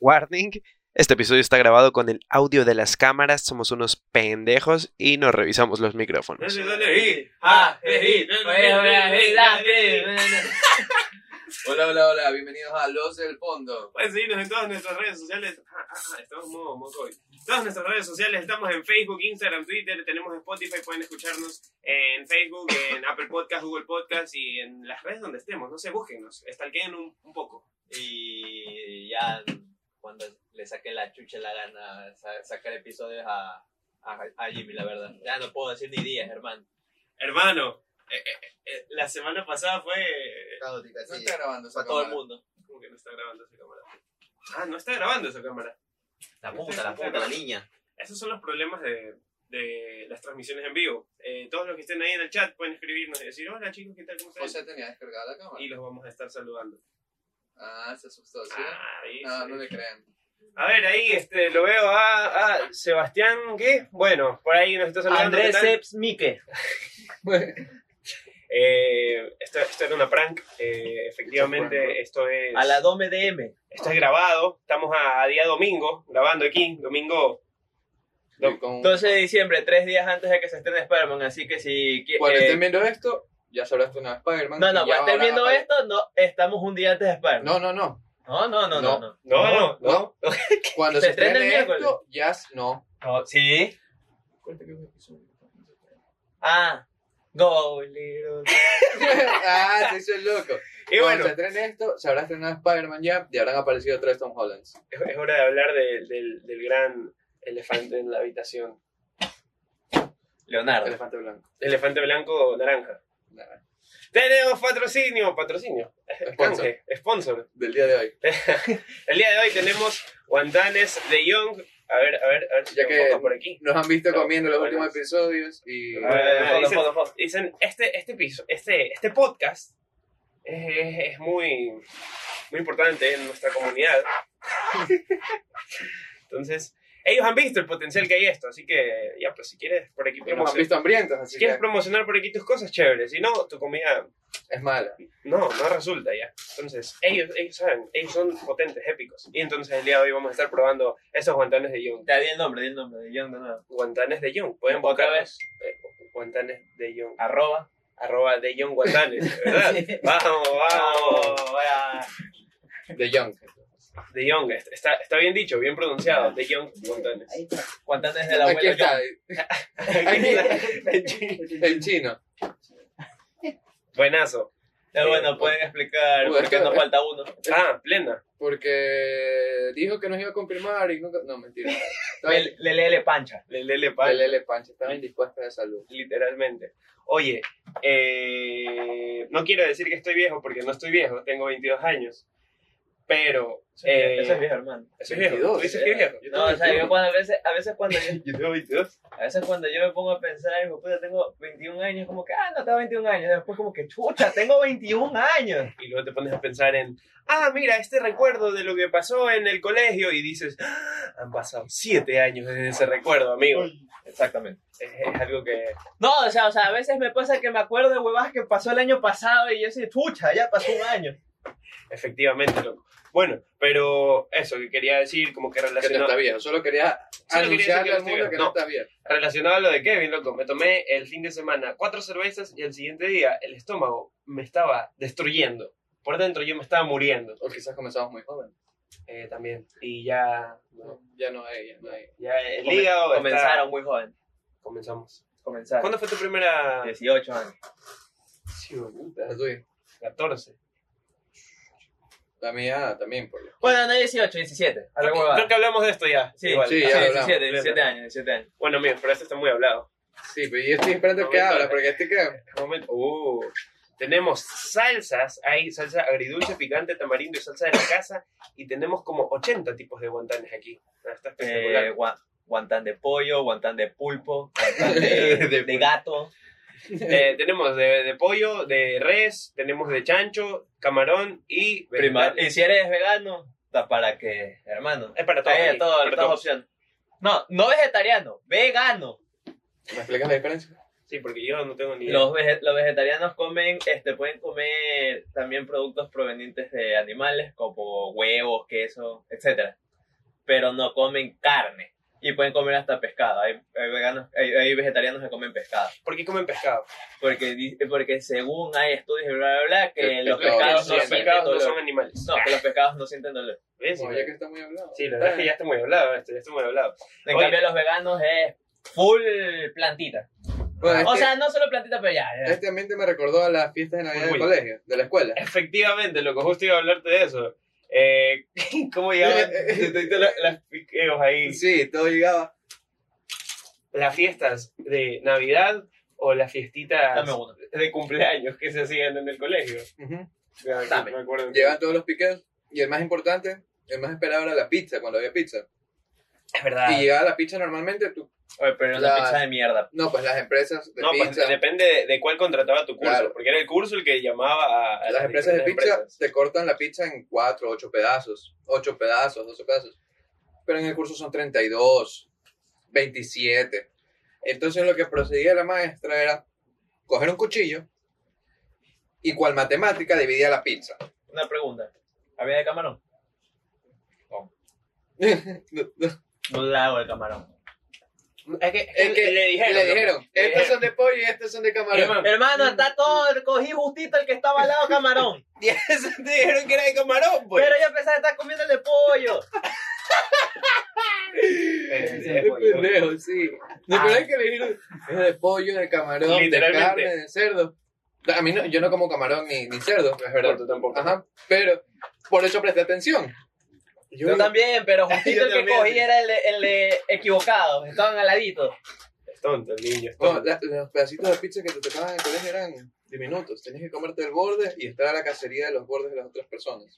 Warning. Este episodio está grabado con el audio de las cámaras, somos unos pendejos y nos revisamos los micrófonos. Hola, hola, hola, bienvenidos a Los del Fondo. Pueden seguirnos en todas nuestras redes sociales. Ah, ah, estamos en modo moco hoy. Todas nuestras redes sociales estamos en Facebook, Instagram, Twitter, tenemos Spotify, pueden escucharnos en Facebook, en Apple Podcast, Google Podcast y en las redes donde estemos. No sé, búsquenos, estalqueen un, un poco. Y ya cuando le saque la chucha la gana sa- sacar episodios a, a, a Jimmy, la verdad. Ya no puedo decir ni días, hermano. Hermano, eh, eh, eh, la semana pasada fue. caótica, No sí. está grabando esa Para todo el cámara. mundo. ¿Cómo que no está grabando esa cámara? Ah, no está grabando esa cámara. La puta, la puta, la niña. Esos son los problemas de, de las transmisiones en vivo. Eh, todos los que estén ahí en el chat pueden escribirnos y decir: Hola chicos, ¿qué tal? ¿Cómo O están? sea, tenía descargada la cámara. Y los vamos a estar saludando. Ah, se asustó, ¿sí? Ah, ahí No, sí. no le crean. A ver, ahí este, lo veo a, a Sebastián, ¿qué? Bueno, por ahí nos está saludando. ¿qué Andrés tal? Seps Mique. Eh, esto, esto era una prank. eh, efectivamente, esto es, A la Dome DM. esto es grabado. Estamos a, a día domingo, grabando aquí, domingo. No, Y con- 12 de diciembre, tres días antes de que se estrene Spider-Man, así que si qui- Cuando eh, estén viendo esto, ya se habrá estrenado Spider-Man. No, no, y ya cuando estén habrá- viendo esto, no, estamos un día antes de Spider-Man. No, no, no. No, no, no, no. No. no. No, no, No. Cuando Se se, estrena el estrene miércoles. esto, ya s- no. No, Oh, sí. Ah, go, little. ah, se hizo el loco. Y bueno, Cuando se estrene esto, se habrá estrenado Spider-Man ya y habrán aparecido tres Tom Hollands. es, es hora de hablar de- del, del gran elefante en la habitación. Leonardo. Elefante blanco. Elefante blanco naranja. Nah, Tenemos patrocinio, patrocinio. Canje, sponsor. Del día de hoy. El día de hoy tenemos guantanes de Young. A ver, a ver, este, a ver si Ya lo que- enfoco por aquí. Nos han visto Pero, comiendo los bueno. últimos episodios y. A ver, a ver, a ver, Foto, dicen, foto, foto. dicen, este, este piso, este, este podcast es, es- es muy, muy importante en nuestra comunidad. Entonces, ellos han visto el potencial que hay esto, así que ya, pues si quieres por aquí Nos han promocionar, visto hambrientos, así si que quieres promocionar por aquí tus cosas chéveres, si no, tu comida es mala. no, no resulta ya. Entonces, ellos, ellos saben, ellos son potentes, épicos. Y entonces el día de hoy vamos a estar probando esos guantanes de Young. Ya di el nombre, di el nombre de John de nuevo. Guantanes de Young. Pueden Otra buscar guantanes de Young. Arroba. Arroba de Young Guantanes, ¿verdad? Sí. vamos, vamos. hola. De Young. De Young, este, está, está bien dicho, bien pronunciado. De Young Guantanes. Guantanes del Aquí abuelo está, Aquí está. en chino. Buenazo. John. Eh, bueno, pueden explicar Uy, por qué esto- no falta uno. Ah, plena. Porque dijo que nos iba a confirmar y nunca. No, mentira. Le- Le lele pancha. Le, le, le, pa- Lele Pancha estaba indispuesta de salud. literalmente. Oye, eh, no quiero decir que estoy viejo porque no estoy viejo, tengo 22 años. Pero. eh, Eso es viejo, hermano. ¿eso es viejo? ¿Tú dices eh. que es viejo? No, o sea, yo cuando, a veces, a veces cuando yo, Yo tengo 22. a veces cuando yo me pongo a pensar, hijo puta, tengo 21 años, como que, ah, no tengo 21 años. Después como que, chucha, tengo 21 años. Y luego te pones a pensar en. Ah, mira, este recuerdo de lo que pasó en el colegio. Y dices. "Ah, Han pasado 7 años desde ese recuerdo, amigo. Exactamente. Es, es algo que. No, o sea, o sea, a veces me pasa que me acuerdo de huevadas que pasó el año pasado y yo soy chucha, ya pasó un año. Efectivamente, loco. Bueno, pero eso que quería decir, como que Que no relacionado. está viejo. Solo quería Solo quería decir anunciarle que al no estoy mundo que viejo. no está viejo. Relacionado a lo de Kevin, loco, me tomé el fin de semana cuatro cervezas y el siguiente día el estómago me estaba destruyendo. Por dentro yo me estaba muriendo O quizás comenzamos muy joven. eh, también. Y ya, no, Ya no hay, ya no hay. ya el Come- hígado está- Comenzaron muy joven. Comenzamos. Comenzaron. ¿Cuándo fue tu primera? 18 años. Sí, puta, La tuya. 14. La mía también, por lo Bueno, no 18, 17. A la huevada. Creo que hablamos de esto ya. Sí, Igual. sí, ya sí, hablamos. 17, 17 años, 17 años. Bueno, amigos, pero esto está muy hablado. Sí, pero yo estoy esperando Momento. que eh. habla, porque este que. Un momento. Uh, tenemos salsas, hay salsa agridulce, picante, tamarindo y salsa de la casa. Y tenemos como 80 tipos de guantanes aquí. Ah, Está espectacular. Eh, gua- guantán de pollo, guantán de pulpo, guantán de, De- de gato. Eh, tenemos de, de pollo, de res, tenemos de chancho, camarón y Prima- vegetales. y si eres vegano, está para que, hermano. Es para todos. Está aquí, todo, para todas todos. opciones. No, no vegetariano, vegano. ¿Me explicas la diferencia? Sí, porque yo no tengo ni idea. Los, vege- los vegetarianos comen, este, pueden comer también productos provenientes de animales como huevos, queso, etcétera. pero no comen carne. Y pueden comer hasta pescado. Hay, hay veganos, hay, hay vegetarianos que comen pescado. ¿Por qué comen pescado? Porque, di- porque según hay estudios y bla, bla, bla, que Que los los pescados no pescados sienten no son dolor. animales. No, que los pescados no sienten dolor. ¿Ves? Oye, que está muy hablado. Sí, la verdad es que ya está muy hablado esto, ya está muy hablado. En Oye. cambio, los veganos es full plantita. Bueno, este, O sea, no solo plantita, pero ya. ya. este ambiente me recordó a las fiestas de Navidad Uy, del uy. colegio, de la escuela. Efectivamente, loco, justo iba a hablarte de eso. Eh, ¿Cómo llegaban te- te- te- la- las piqueos ahí? Sí, todo llegaba. ¿Las fiestas de Navidad o las fiestitas Dame uno. de cumpleaños que se hacían en el colegio? Ujú. Ya, que Dame. me acuerdo. Llegaban todos los piqueos. Y el más importante, el más esperado era la pizza, cuando había pizza. Es verdad. Y llegaba la pizza normalmente, tú... Oye, pero es La- una pizza de mierda. No, pues las empresas de No, pizza... pues depende de, de cuál contrataba tu curso, Claro. porque era el curso el que llamaba a, a Las empresas de diferentes pizza pues. empresas. te cortan la pizza en 4, 8 pedazos, 8 pedazos, 12 pedazos. Pero en el curso son 32, 27. Entonces lo que procedía la maestra era coger un cuchillo y cual matemática dividía la pizza. Una pregunta. ¿Había de camarón? No la hago el camarón. Es que, Es que le dijeron. Le ¿no? dijeron, Le estos dijeron. son de pollo y estos son de camarón. Hermano, está todo, cogí justito el que estaba al lado camarón. Y eso te dijeron que era de camarón, pues. Pero yo empecé a estar comiendo el de pollo. pues, Qué pendejo, sí. No, Ah. pero es que le dijeron, es de pollo, de camarón, de Literalmente. carne, de cerdo. A mí no, yo no como camarón ni, ni cerdo. es verdad, tú tampoco. Ajá, pero por eso presté atención. Yo, también, pero justito Yo el que también. cogí era el, de- el de equivocado. Estaban al ladito. Es tonto el niño, es No, tonto. la- los pedacitos de pizza que te tocaban en el colegio eran diminutos. Tenías que comerte el borde y estar a la cacería de los bordes de las otras personas.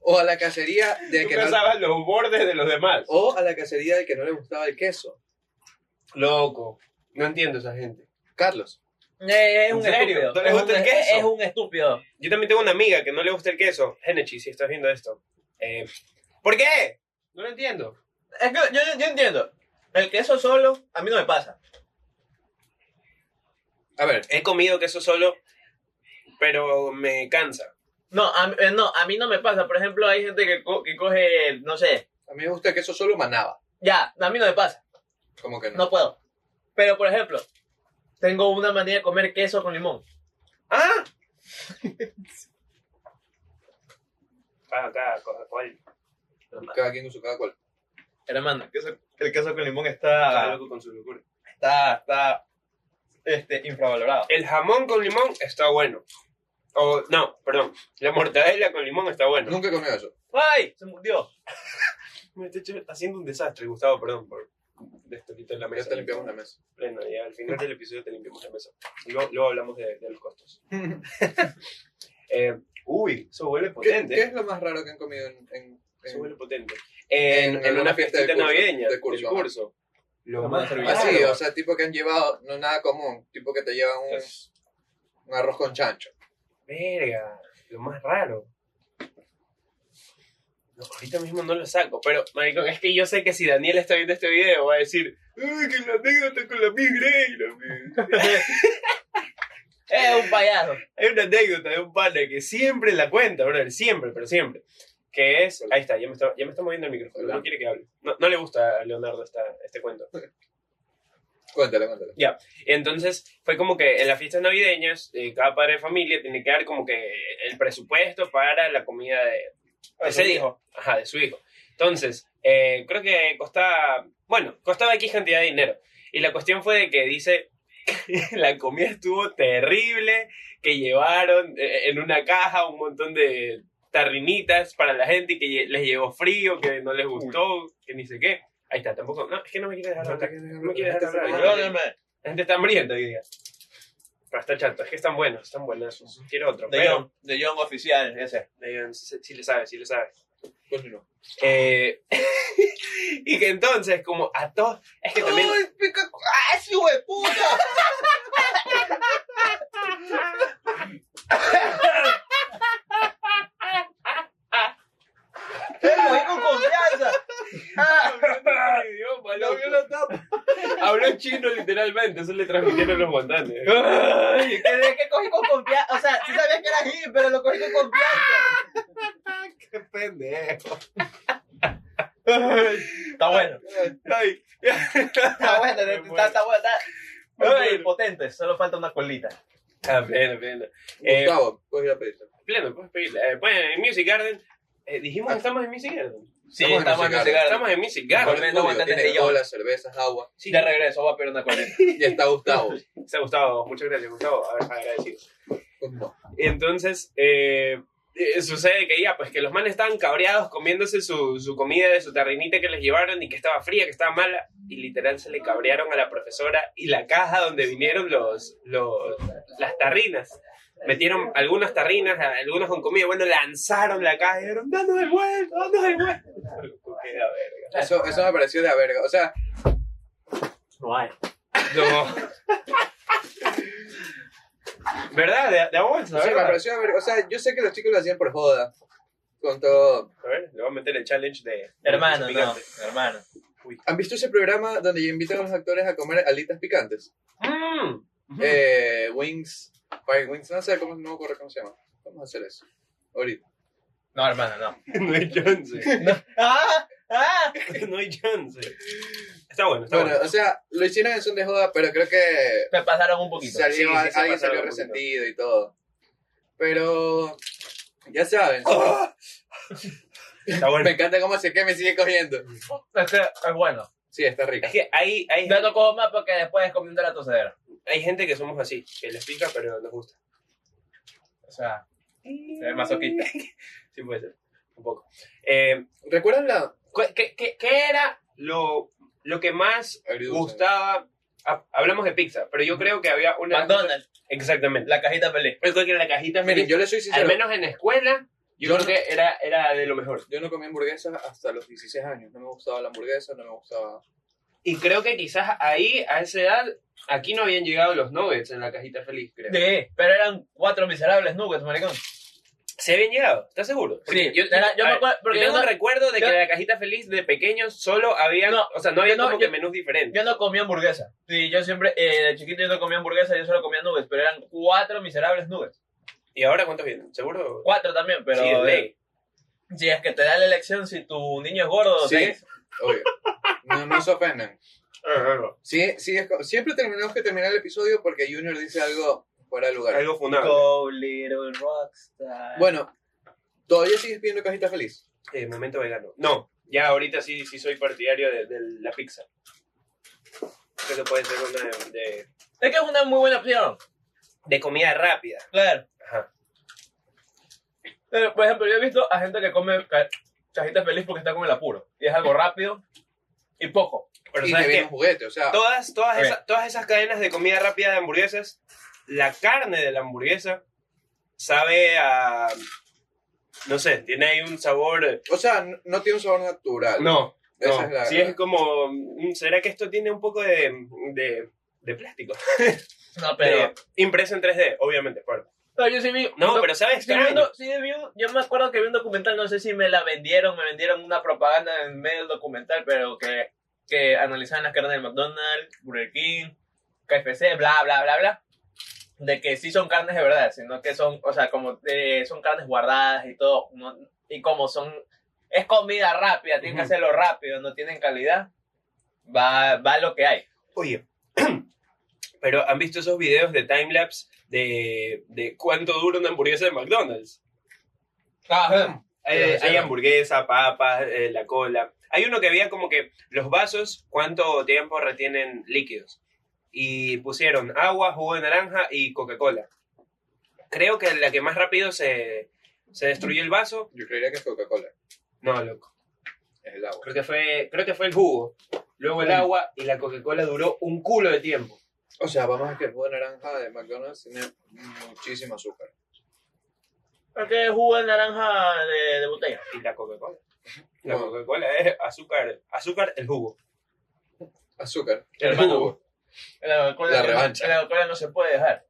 o a la cacería de Tú que no, Oh, pensabas los bordes de los demás. o a la cacería del que no le gustaba el queso. Loco. No entiendo esa gente. Carlos. Eh, Es ¿En un serio? estúpido. ¿No le Es gusta un- el queso? Es un estúpido. Yo también tengo una amiga que no le gusta el queso. Genechi, si estás viendo esto. Eh, ¿Por qué? No lo entiendo. Es que yo, yo entiendo. El queso solo, a mí no me pasa. A ver, He comido queso solo, pero me cansa. No, a, mí- eh, no, a mí no me pasa. Por ejemplo, hay gente que, co- que coge, no sé, a mí me gusta el queso solo manaba. ya, a mí no me pasa. Como que no. No puedo. Pero, por ejemplo, tengo una manía de comer queso con limón. ¡Ah! Acá, acá, Coca-Cola. Cada quien con su cada cual. Hermano, el queso, el queso con limón está, loco con su locura. está, está, este, infravalorado. El jamón con limón está bueno. O, no, perdón. La mortadela con limón está bueno. Nunca he comido eso. ¡Ay! Se murió. Me estoy hecho- haciendo un desastre, Gustavo, perdón por destolitar la Ya mesa. te limpiamos la mesa. Pleno, y al final del episodio te limpiamos la mesa. Y Luego, luego hablamos de, de los costos. Eh, uy, eso huele ¿Qué, potente. qué es lo más raro que han comido en, en- en- Eso huele potente. En- en una fiesta de curso, navideña, de curso, del ajá. curso. Lo más Ah, sí, raro. o sea, tipo que han llevado, no nada común, tipo que te llevan un, Es- un arroz con chancho. Verga, lo más raro. No, ahorita mismo no lo saco, pero, maricón, es que yo sé que si Daniel está viendo este video va a decir ¡Ay, que la anécdota con la migraina! mi". Es un payaso. Hay una anécdota de un pana que siempre la cuenta, brother, siempre, pero siempre. Que es... Ahí está, ya me está, ya me está moviendo el micrófono, Hola. no quiere que hable. No, no le gusta a Leonardo esta- este cuento. Cuéntale, cuéntale. Entonces, fue como que en las fiestas navideñas, eh, cada padre de familia tiene que dar como que el presupuesto para la comida de, Ah, de ese hijo. Ajá, de su hijo. Entonces, eh, creo que costaba, bueno, costaba X cantidad de dinero. Y la cuestión fue de que dice, la comida estuvo terrible, que llevaron eh, en una caja un montón de tarrinitas para la gente y que lle- les llegó frío, que no les gustó, que ni sé qué. Ahí está, tampoco, no, es que no me quiere dejar hablar. No me quiere dejar hablar. Perdónenme. La gente está hambrienta hoy día. Pero está chato, es que están buenos, están buenos. Quiero otro, De pero... John, de John oficial, ese. de John, sí, sí le sabe, sí le sabe. Continúa. Eh, y que entonces, como a todos... Es que también... ¡Ay, pica! ¡Ah, ese hijo de puta! ¡Eh, cogí con confianza! Ah, Habló Habló chino literalmente, eso le transmitieron los montanes. Ay, que de que cogí con confianza. O sea, sí sabía que era hip, pero lo cogí con confianza. ¡Qué pendejo! Está bueno. Eh, Ay. Está bueno, está, está bueno. Está, Muy Ey, bueno. potente, solo falta una colita. Ah, pleno, pleno. Eh, Gustavo, puedes ir a pedirte. pleno, puedes pedirle. Eh, pues en Music Garden. eh, dijimos que estamos en Music Garden. Sí, Estamos en Music estamos en ese Garden. garden. Estamos en Music Claro, Mejor Garden. no estudio, aguantan tiene desde ya. colas, cervezas, agua. Sí, ya regreso, va a pedir una colita. Y está Gustavo. Se ha gustado, muchas gracias, Gustavo. A- Agradecido. Gustavo. Entonces, eh, eh, sucede que ya, pues que los manes estaban cabreados comiéndose su, su comida de su tarrinita que les llevaron y que estaba fría, que estaba mala, y literal se le cabrearon a la profesora y la caja donde vinieron los, los, las tarrinas. Metieron algunas tarrinas, a- algunos con comida, bueno, lanzaron la caja y dijeron, danos el vuelto, danos el vuelto. Qué la verga. Eso, eso me pareció de la verga. O sea, No hay. No. ¿Verdad? De, de a bolsa, sí, me ¿verdad? pareció de verga. O sea, yo sé que los chicos lo hacían por joda. Con todo. A ver, le voy a meter el challenge de... Hermano, no, picante. hermano. ¿Han visto ese programa donde invitan a los actores a comer alitas picantes? Mm. Eh, Wings, Fire Wings, no sé cómo, no me acuerdo cómo se llama. Vamos a hacer eso. Ahorita. No, hermano, no. No hay chance. ¡Ah! ¡Ah! No hay chance. Está bueno, está Bueno, bueno. o sea, lo hicieron en son de joda, pero creo que Me pasaron un poquito. salió, Sí, sí, se alguien pasaron salió un poquito. resentido y todo. Pero, ya saben, Oh, Está me bueno. encanta cómo se que me sigue cogiendo. Es que es bueno. Sí, está rica. Es que hay, hay, Yo no cojo más porque después es comiendo la tosedera. hay gente que somos así, que les pica pero nos gusta. O sea, Se ve masoquista. Sí, puede ser. Un poco. Eh, ¿Recuerdan la cu- qué, qué- qué era lo, lo que más agridulce? gustaba? Ah, Hablamos de pizza, pero yo creo que había una... McDonald's, Exactamente. la cajita feliz. Yo creo que la cajita Miren, feliz, yo les soy al sincero. menos en la escuela, yo, Yo creo que era, era de lo mejor. Yo no comí hamburguesas hasta los 16 años. No me gustaba la hamburguesa, no me gustaba. Y creo que quizás ahí, a esa edad, aquí no habían llegado los nuggets en la cajita feliz, creo. Sí, pero eran cuatro miserables nuggets, maricón. ¿Se habían llegado? ¿Estás seguro? Sí, Porque yo, era, yo a me ver, acuerdo, porque yo yo tengo no, un recuerdo de que yo- en la cajita feliz de pequeños solo había, No, o sea, no había yo no- como que yo- menús diferentes. yo no comía hamburguesa. Sí, yo siempre, eh, de chiquito yo no comía hamburguesa, yo solo comía nuggets, pero eran cuatro miserables nuggets. ¿Y ahora cuántos vienen? ¿Seguro? Cuatro también, pero... eh, sí, de ley. Si es que te da la elección si tu niño es gordo o Sí. te- Obvio. No, no se ofenden. Ah, ah, Sí, sí, es co- siempre terminamos que terminar el episodio porque Junior dice algo fuera de ah. lugar. Algo fundable. Go little rockstar. Bueno, ¿todavía sigues pidiendo cajita feliz? Eh, momento vegano. No, ya ahorita sí, sí soy partidario de, de la pizza. Eso puede ser una de, de- Es que es una muy buena opción. de comida rápida. Claro. Ajá. Pero, por ejemplo, yo he visto a gente que come ca- cajitas feliz porque está con el apuro. Y es algo rápido y poco. Pero y ¿sabes te viene qué? un juguete, o sea, Todas, todas, A ver. esas, todas esas cadenas de comida rápida de hamburguesas, la carne de la hamburguesa sabe a... No sé, tiene ahí un sabor... o sea, n- no tiene un sabor natural. No, Esa no. es la- sí es como... mm, ¿Será que esto tiene un poco de, de, de plástico? No, De- impreso en 3D, obviamente. por- No, yo sí vi. No, doc- pero sabe Sí, vi un extraño. doc- sí vi un- yo me acuerdo que vi un documental, no sé si me la vendieron, me vendieron una propaganda en medio del documental, pero que, que analizaban las carnes del McDonald's, Burger King, KFC, bla, bla, bla, bla. De que sí son carnes de verdad, sino que son, o sea, como eh, son carnes guardadas y todo. no- y como son, es comida rápida, tienen que Ujú. hacerlo rápido, no tienen calidad. Va, va lo que hay. Oye, pero ¿han visto esos videos de timelapse de, de cuánto dura una hamburguesa de McDonald's? Hay, Pero, sí, hay no. hamburguesa, papas, eh, la cola. Hay uno que había como que los vasos, cuánto tiempo retienen líquidos. Y pusieron agua, jugo de naranja y Coca-Cola. Creo que la que más rápido se, se destruyó el vaso, Yo creería que es Coca-Cola, no, loco. es el agua. Creo que fue, creo que fue el jugo, luego el agua y la Coca-Cola duró un culo de tiempo. O sea, vamos a que el jugo de naranja de McDonald's tiene muchísimo azúcar. Porque jugo de naranja de, de botella. Y la Coca-Cola. La Wow. Coca-Cola es azúcar, azúcar el jugo. Azúcar. El Hermano, jugo. La, Coca-Cola- La revancha. La Coca-Cola no se puede dejar.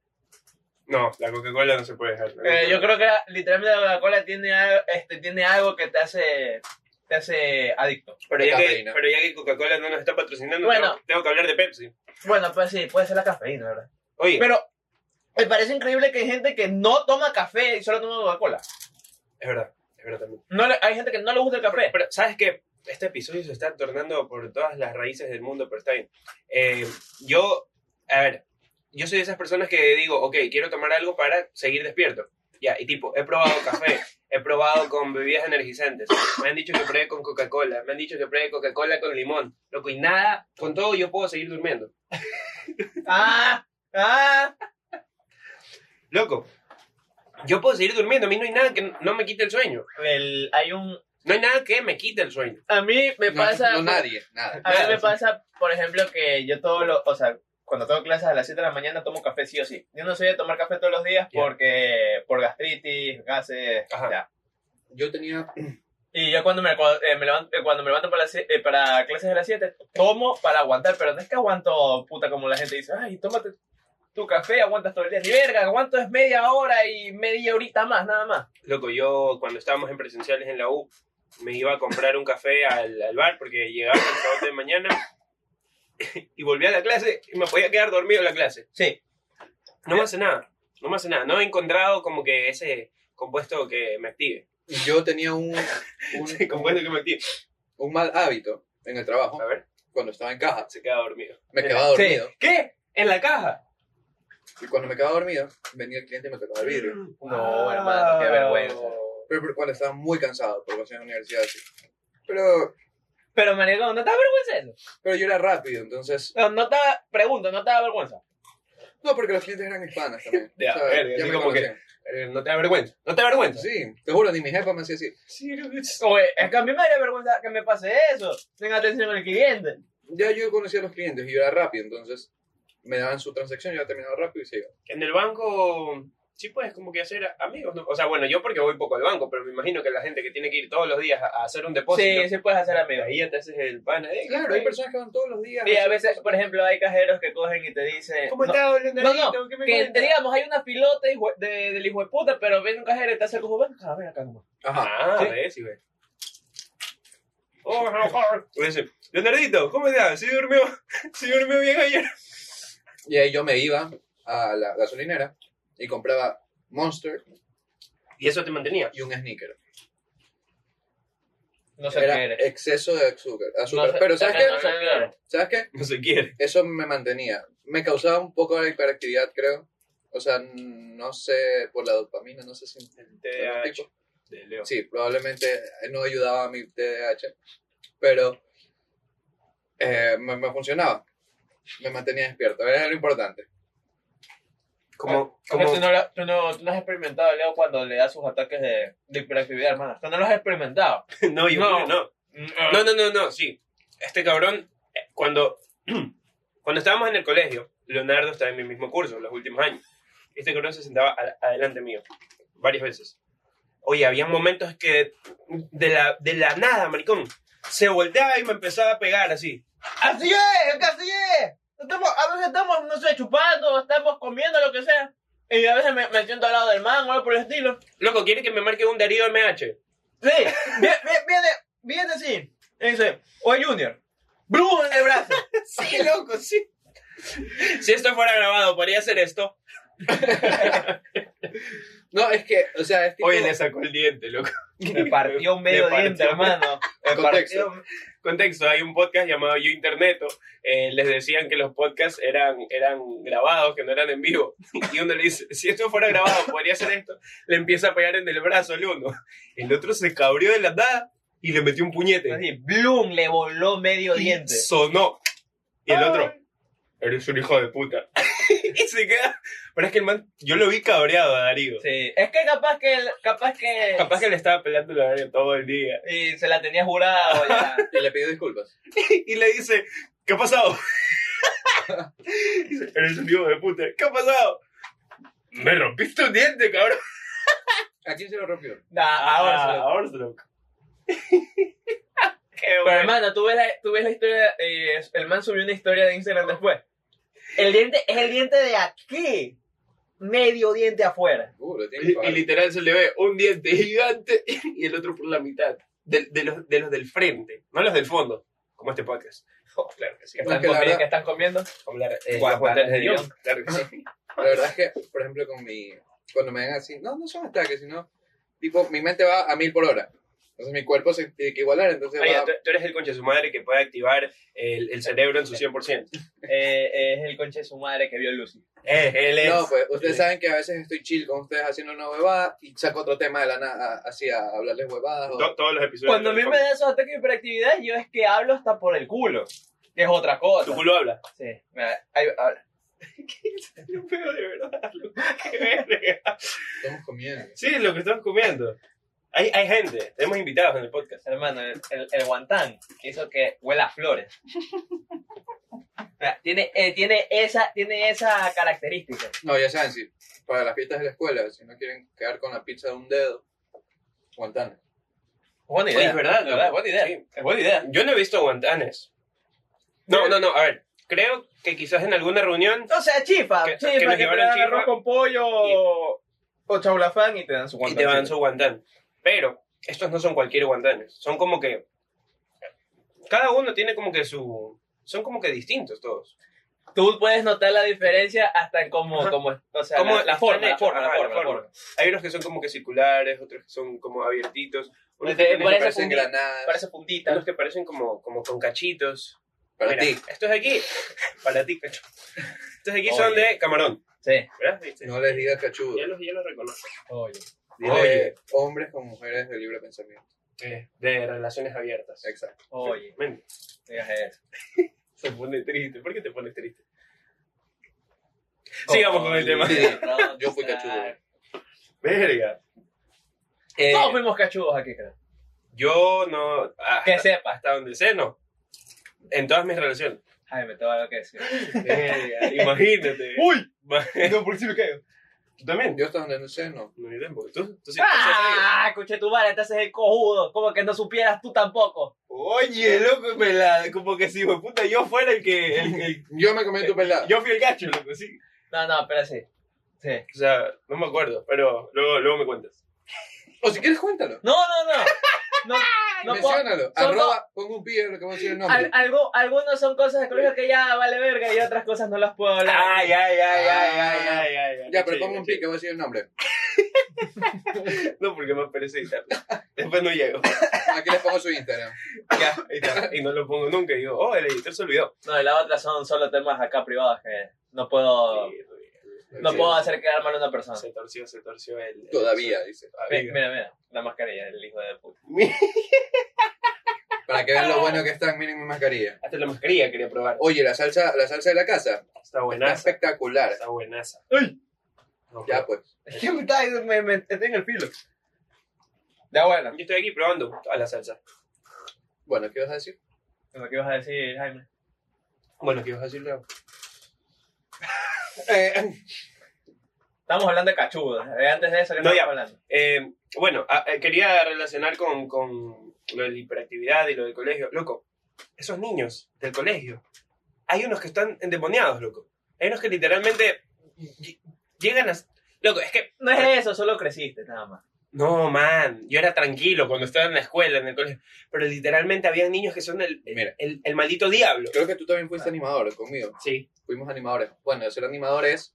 No, la Coca-Cola no se puede dejar. Eh, yo creo que literalmente la Coca-Cola tiene, al- este, tiene algo que te hace, te hace adicto. Pero ya, que, Cafeína. pero ya que Coca-Cola no nos está patrocinando, Bueno. tengo, tengo que hablar de Pepsi. Bueno, pues sí, puede ser la cafeína, ¿verdad? Oye, Pero me parece increíble que hay gente que no toma café y solo toma Coca-Cola. es verdad, es verdad también. No le- hay gente que no le gusta el café. Pero, ¿sabes qué? este episodio se está tornando por todas las raíces del mundo, pero está bien. Eh, yo, a ver, yo soy de esas personas que digo, ok, quiero tomar algo para seguir despierto. Ya, y tipo, he probado café, he probado con bebidas energizantes, me han dicho que pruebe con Coca-Cola, me han dicho que pruebe Coca-Cola con limón, loco, y nada, con todo yo puedo seguir durmiendo. ¡Ah! ¡Ah! Loco, yo puedo seguir durmiendo, a mí no hay nada que no me quite el sueño. El- hay un. No hay nada que me quite el sueño. A mí me No, pasa. no nadie, nada. A mí me pasa, por ejemplo, que yo todo lo, o sea, cuando tengo clases a las 7 de la mañana tomo café sí o sí. Yo no soy de tomar café todos los días Ya. porque por gastritis, gases, Ajá. ya. Yo tenía Y yo cuando me, acu- eh, me levanto, eh, cuando me levanto para, las sie- eh, para clases de las 7, tomo para aguantar, pero no es que aguanto, puta, como la gente dice, ay, tómate tu café, aguantas todo el día. Ni verga, aguanto es media hora y media horita más, nada más. Loco, yo cuando estábamos en presenciales en la U, me iba a comprar un café al, al bar porque llegaba el sábado de mañana y volví a la clase y me podía quedar dormido en la clase. Sí. No me hace nada, no me hace nada. No he encontrado como que ese compuesto que me active. yo tenía un, un, Ese compuesto que me active. un mal hábito en el trabajo A ver, cuando estaba en caja. se queda dormido. Me quedaba dormido. Sí. ¿Qué? En la caja. Y cuando me quedaba dormido, venía el cliente y me tocaba el vidrio. Mm. No, hermano, qué vergüenza. Pero, pero cuando estaba muy cansado, porque hacía en la universidad así. Pero, Pero, marico, ¿no te da vergüenza eso? pero yo era rápido, entonces. No, no te da, pregunto, ¿no te da vergüenza? No, porque los clientes eran hispanas también. Ya, O sea, verga, así me como que- conocían. Eh, No te da vergüenza, no te da vergüenza. Sí, te juro, ni mi jefa me hacía así. Sí, creo que sí. Oye, es que a mí me daría vergüenza que me pase eso. Tenga atención al cliente. Ya yo conocía a los clientes y yo era rápido, entonces me daban su transacción, yo la terminaba rápido y se iba. En el banco sí puedes como que hacer amigos, ¿no? O sea, bueno, yo porque voy poco al banco, pero me imagino que la gente que tiene que ir todos los días a, a hacer un depósito. Pues Sí, sí puedes hacer amigos. Ahí ya te haces el pan. eh, Claro, hay personas que van todos los días. Y a veces, por ejemplo, hay cajeros que cogen y te dicen... ¿Cómo no, está, no, Leonardito? ¿Qué me que cuentas? te digamos, hay una pilota hijo- de- del hijo de puta, pero viene un cajero y te hace el cojo, ven acá, ven acá, nomás". Ajá. Ah, Sí. ves, sí, güey. Oh, oh, oh. Y dice, Leonardito, ¿cómo estás? ¿Sí durmió? ¿Sí durmió bien ayer? Y ahí yo me iba a la gasolinera y compraba Monster Y eso te mantenía. y un sneaker. No sé Era qué eres. exceso de azúcar. azúcar. No sé- Pero ¿sabes no, qué? no sé qué eres. ¿Sabes qué? No se quiere. Eso me mantenía. Me causaba un poco de hiperactividad, creo. O sea, no sé, por la dopamina, no sé si... El TDAH de Leo. Sí, probablemente eh, no ayudaba a mi TDAH, pero eh, me, me funcionaba. Me mantenía despierto, era lo importante. Como, Porque como, Tú, no lo- tú, no, tú no has experimentado, Leo, cuando le da sus ataques de, de hiperactividad, hermana. Tú no los has experimentado. no, yo No. no. No, no, no, no, sí. Este cabrón, eh, cuando, cuando estábamos en el colegio, Leonardo estaba en mi mismo curso, los últimos años. Este cabrón se sentaba a- adelante mío, varias veces. Oye, había momentos que de la, de la nada, maricón, se volteaba y me empezaba a pegar así. Así es, es que así es. Estamos, a veces estamos, no sé, chupando, estamos comiendo, lo que sea. Y a veces me, me siento al lado del man o algo por el estilo. Loco, ¿quiere que me marque un Darío MH? Sí, vie- vie- viene, viene así. Y dice, oye Junior, brujo en el brazo. Sí, loco, sí. Si esto fuera grabado, podría hacer esto. No, es que, o sea, es tipo... Oye, le sacó el diente, loco. Me partió un medio Le partió. diente, hermano. Me Contexto. partió. Contexto, hay un podcast llamado Yo Interneto. eh, les decían que los podcasts eran, eran grabados, que no eran en vivo. Y uno le dice, si esto fuera grabado, podría hacer esto. Le empieza a pegar en el brazo el uno. El otro se cabrió de la nada y le metió un puñete. Así, bloom, le voló medio Y diente. sonó. Y el otro, eres un hijo de puta. y se queda. Pero es que el man, yo lo vi cabreado a Darío. Sí, es que capaz que, el- capaz que, Capaz que le estaba peleando a Darío todo el día. y se la tenía jurado ya. Y le pidió disculpas. y le dice, ¿qué ha pasado? dice, eres un hijo de puta, ¿qué ha pasado? Me rompiste un diente, cabrón. ¿A quién se lo rompió? Ah, Nah, ahora se lo- ahora se lo- Qué Pero bueno. hermano, tú ves la, tú ves la historia, eh, el man subió una historia de Instagram después. El diente es el diente de aquí, medio diente afuera. Uh, lo tiene que Y, y pagar. literal se le ve un diente gigante y el otro por la mitad. De, de los, de los del frente, no los del fondo, como este podcast. Oh, claro que sí. No, ¿Están que la comiendo- verdad- ¿Qué están comiendo? Como la- Eh, los guantes guantes de de Dios. Claro que sí. La verdad es que, por ejemplo, con mi... Cuando me ven así, no, no son ataques, sino... Tipo, mi mente va a mil por hora. Entonces mi cuerpo se tiene que igualar, entonces María, va- tú, tú eres el concha de su madre que puede activar el, el cerebro en su 100%. Eh, es el conche de su madre que vio Lucy. Eh, él es. No, pues él ustedes es. saben que a veces estoy chill con ustedes haciendo una huevada y saco otro tema de la nada, así a hablarles huevadas. o- To- todos los episodios. Cuando a mí me da esos ataques de hiperactividad, yo es que hablo hasta por el culo. Que es otra cosa. Tu culo habla. Sí. Mira, ahí habla. Yo pego de verdad. Qué verga. Estamos comiendo. Sí, lo que estamos comiendo. Hay, hay gente, tenemos invitados en el podcast. Hermano, el, el, el guantán que hizo que huela a flores. Mira, tiene, eh, tiene, esa, tiene esa característica. No, ya saben, si para las fiestas de la escuela, si no quieren quedar con la pizza de un dedo, guantán. Buena Oye, idea. es verdad, de verdad, loco. buena idea. Sí. Es buena idea. Yo no he visto guantanes. No, no, no, a ver. Creo que quizás en alguna reunión. O sea, chifa, Que- chifa, que nos te llevaran dan chifa. arroz con pollo o- o chaulafán y te dan su y guantán. te van su guantán. Pero estos no son cualquier guantanes. Son como que. Cada uno tiene como que su. Son como que distintos todos. Tú puedes notar la diferencia hasta en cómo, Ajá. cómo, o sea, Cómo la, la están forma, la hechos, forma, la ajá, forma, la la forma. forma. Hay unos que son como que circulares, otros que son como abiertitos. Unos que, Te- tienen- parece parecen fungui- granadas. Parece puntita. unos que parecen como, como con cachitos. Para Mira, ti, Estos de aquí. Para ti, cacho. Estos de aquí son Oye. de camarón. Sí. ¿Verdad? ¿Viste? no les digas cachudo. Ya los, ya los reconozco. Oye. Dile Oye. hombres con mujeres de libre pensamiento. Eh, de relaciones abiertas. Exacto. Oye, Men, digas eso. se pone triste. ¿Por qué te pones triste? Sigamos con el tema. Sí, yo fui cachudo. Verga. Eh, Todos fuimos cachudos aquí, creo. yo no. ah, Que sepas. hasta donde sé, no. En todas mis relaciones. Jaime, te va a lo que decir. Verga, imagínate. ¡Uy! No, por si me caigo. ¿Tú también? Yo hasta donde no sé, no. No, yo tampoco. ¿Tú? ¿Tú sí? ¡Ah! Escuché tu madre, te haces el cojudo. Como que no supieras tú tampoco. Oye, loco, me la, como que si hijo de puta yo fuera el que. el- el- Yo me comí tu pelada. yo fui el gacho, loco, sí. No, no, pero sí. Sí. O sea, no me acuerdo, pero luego, luego me cuentas. O si quieres, cuéntalo. No, no, no. No, no puedo. Menciónalo. solo- Arroba, pon un pie lo que voy a decir el nombre. Al- algo, algunos son cosas de colegio que ya vale verga y otras cosas no las puedo hablar. Ay, ay, ay, ay, Ah. ay, ay, ay, ay. Ya, pero Sí, pon un sí. pie que voy a decir el nombre. No, porque me parece editarlo. Después no llego. Aquí les pongo su Instagram. Ya, ahí está. Y no lo pongo nunca. Y digo, oh, el editor se olvidó. No, y la otra son solo temas acá privados que no puedo, Sí, no Sí. puedo hacer quedar mal a una persona. Se torció, se torció el. Todavía, dice. Mi- Todavía. Mira, mira, la mascarilla del hijo de puta. Para que vean lo bueno que están, miren mi mascarilla. Hasta la mascarilla quería probar. Oye, la salsa, la salsa de la casa. Está Está buenaza. espectacular. Está buenaza. ¡Ay! No, Ya, pues. Es que me, está- me, me- estoy en el filo. Ya bueno, Yo estoy aquí probando toda la salsa. Bueno, ¿qué vas a decir? lo que ibas a decir, Jaime. Bueno, ¿qué ibas a decir, Leo? Eh, Estamos hablando de cachudos. eh, Antes de eso, ¿qué No, estamos ya. hablando? Eh, bueno, a- eh, quería relacionar con, con lo de la hiperactividad y lo del colegio. Loco, esos niños del colegio, hay unos que están endemoniados, loco. Hay unos que literalmente ll- llegan a... Loco, es que... No es eso, solo creciste, nada más. No, man, yo era tranquilo cuando estaba en la escuela, en el colegio. Pero literalmente había niños que son el, el, Mira. el, el maldito diablo. creo que tú también fuiste animador conmigo. Sí. Fuimos animadores. Bueno, ser animador es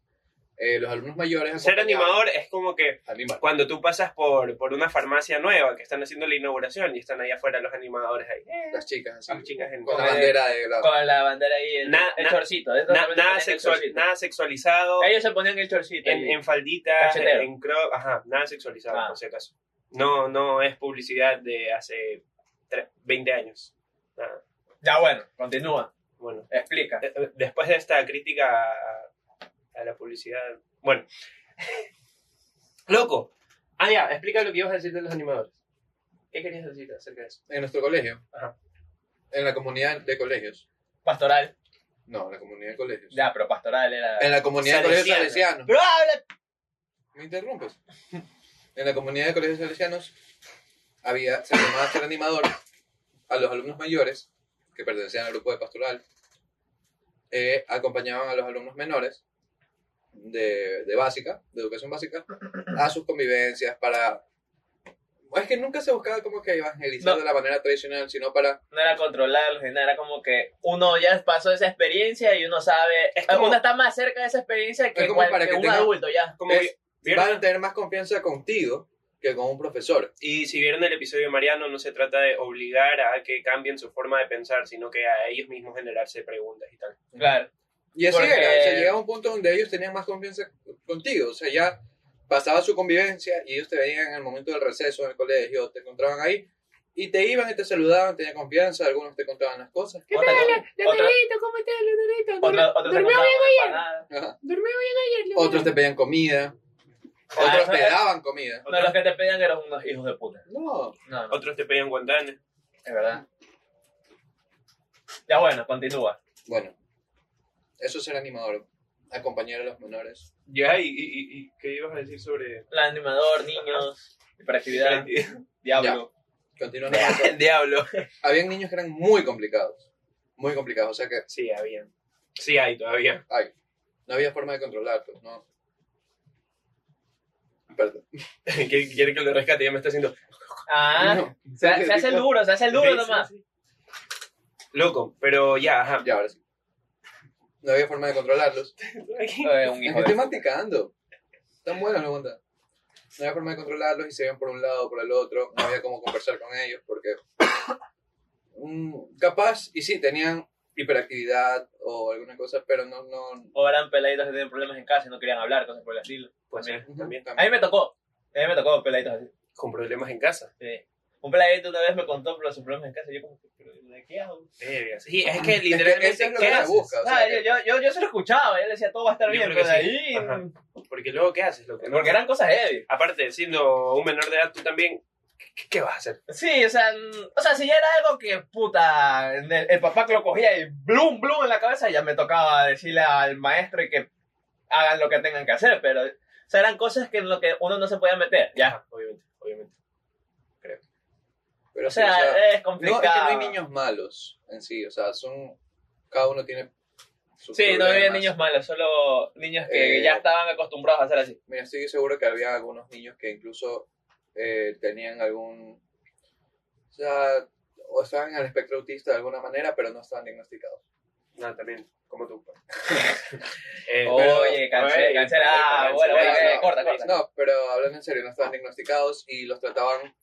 eh, los alumnos mayores. Ser acompañados- animador es como que Animar. cuando tú pasas por, por una farmacia nueva que están haciendo la inauguración y están ahí afuera los animadores ahí. Las chicas, así. Las chicas en- Con la Con el- bandera de la. Con la bandera ahí, el, Na- el na- chorcito. ellos Na- también se nada, ponían el sexual- chorcito. nada sexualizado, Ellos se ponían el chorcito. en, ahí. en faldita, Cachetero. en crop, ajá, nada sexualizado Ah. por si acaso. No, no es publicidad de hace tre- 20 años. Nada. Ya bueno, continúa, Bueno, explica. eh, eh, después de esta crítica a, a la publicidad, bueno. Loco. Ah, ya, explica lo que ibas a decir de los animadores. ¿Qué querías decir acerca de eso? En nuestro colegio. Ajá. En la comunidad de colegios. Pastoral. No, en la comunidad de colegios. Ya, pero pastoral era... En la comunidad de colegios Salesiana. salesianos. Pero habla... ¿Me interrumpes? En la comunidad de colegios salesianos había, se llamaba ser animador a los alumnos mayores que pertenecían al grupo de pastoral, eh, acompañaban a los alumnos menores de, de básica, de educación básica, a sus convivencias para... Es que nunca se buscaba como que evangelizar No. de la manera tradicional, sino para... No era controlarlos ni nada, era como que uno ya pasó esa experiencia y uno sabe... Es como- uno está más cerca de esa experiencia que, Es como cual- para que que un tenga- adulto ya. Como Es- vi- Van a tener más confianza contigo que con un profesor. Y si vieron el episodio de Mariano, no se trata de obligar a que cambien su forma de pensar, sino que a ellos mismos generarse preguntas y tal. Claro. Y así Porque- era, o sea, llegaba un punto donde ellos tenían más confianza contigo, o sea, ya pasaba su convivencia y ellos te veían en el momento del receso en el colegio, te encontraban ahí y te iban y te saludaban, tenían confianza, algunos te contaban las cosas. Otra, otra, ¿Cómo estás, Leonarito? otra, otra te contaba una empanada. Ajá. ¿Durmió bien ayer, Otros te pedían comida, otros Ah, eso te es- daban comida. No, los que te pedían eran unos hijos de puta. No, No, no, Otros te pedían guantanes. es verdad. Ya bueno, continúa. bueno, eso es ser animador, acompañar a los menores. Ya, y, y, y qué ibas a decir sobre... Plan animador, niños, hiperactividad, diablo. Continúan avanzando. diablo. Habían niños que eran muy complicados, muy complicados, o sea que Sí, había. Sí hay todavía. ay, no había forma de controlarlos, no. Perdón. ¿Quiere, quiere que lo rescate, ya me está haciendo... Ah, No. se, se hace el duro, se hace el duro Sí, sí, nomás. sí. Loco, pero ya, ajá. Ya, ahora sí. No había forma de controlarlos. Eh, un Es hijo que de Este estoy puta. masticando. Están buenos, no onda. No había forma de controlarlos y se iban por un lado por el otro. No había cómo conversar con ellos porque. mm, capaz, y sí, tenían hiperactividad o alguna cosa, pero no. no O eran peladitos que tenían problemas en casa y no querían hablar, cosas por el estilo. Pues sí, también. A mí me tocó, a mí me tocó peladitos así. Con problemas en casa. Sí. Un peladito una vez me contó por sus problemas en casa y yo como, que, ¿pero ¿de qué hago? Verga, Sí, es que Es que literalmente... eso es lo ¿qué que se haces? busca. O sea, Ah, yo, que- yo, yo, yo se lo escuchaba, yo le decía, todo va a estar Yo bien, creo pero que ahí... mm". sí. Ajá. Porque luego, ¿qué haces, loco? Porque eran cosas heavy. Aparte, siendo un menor de edad, tú también... ¿Qué, qué vas a hacer? Sí, o sea, mm, o sea, si ya era algo que, puta, el, el papá que lo cogía y blum, blum en la cabeza, ya me tocaba decirle al maestro y que hagan lo que tengan que hacer, pero, o sea, eran cosas que en lo que uno no se podía meter, ya. Ajá, obviamente, obviamente. pero O sí, o sea, sea, es no, complicado. es que no hay niños malos en sí. O sea, son. Cada uno tiene. sus Sí, no había problemas. niños malos, solo niños que Eh, ya estaban acostumbrados a hacer así. Mira, estoy seguro que había algunos niños que incluso eh, tenían algún. O sea, o estaban en el espectro autista de alguna manera, pero no estaban diagnosticados. No, también, como tú. pues. Eh, pero- Oye, cancela, Oye, cancela. Ah, cancela, bueno, bueno, cancela. eh, corta, corta. No, pero hablando en serio, no estaban diagnosticados y los trataban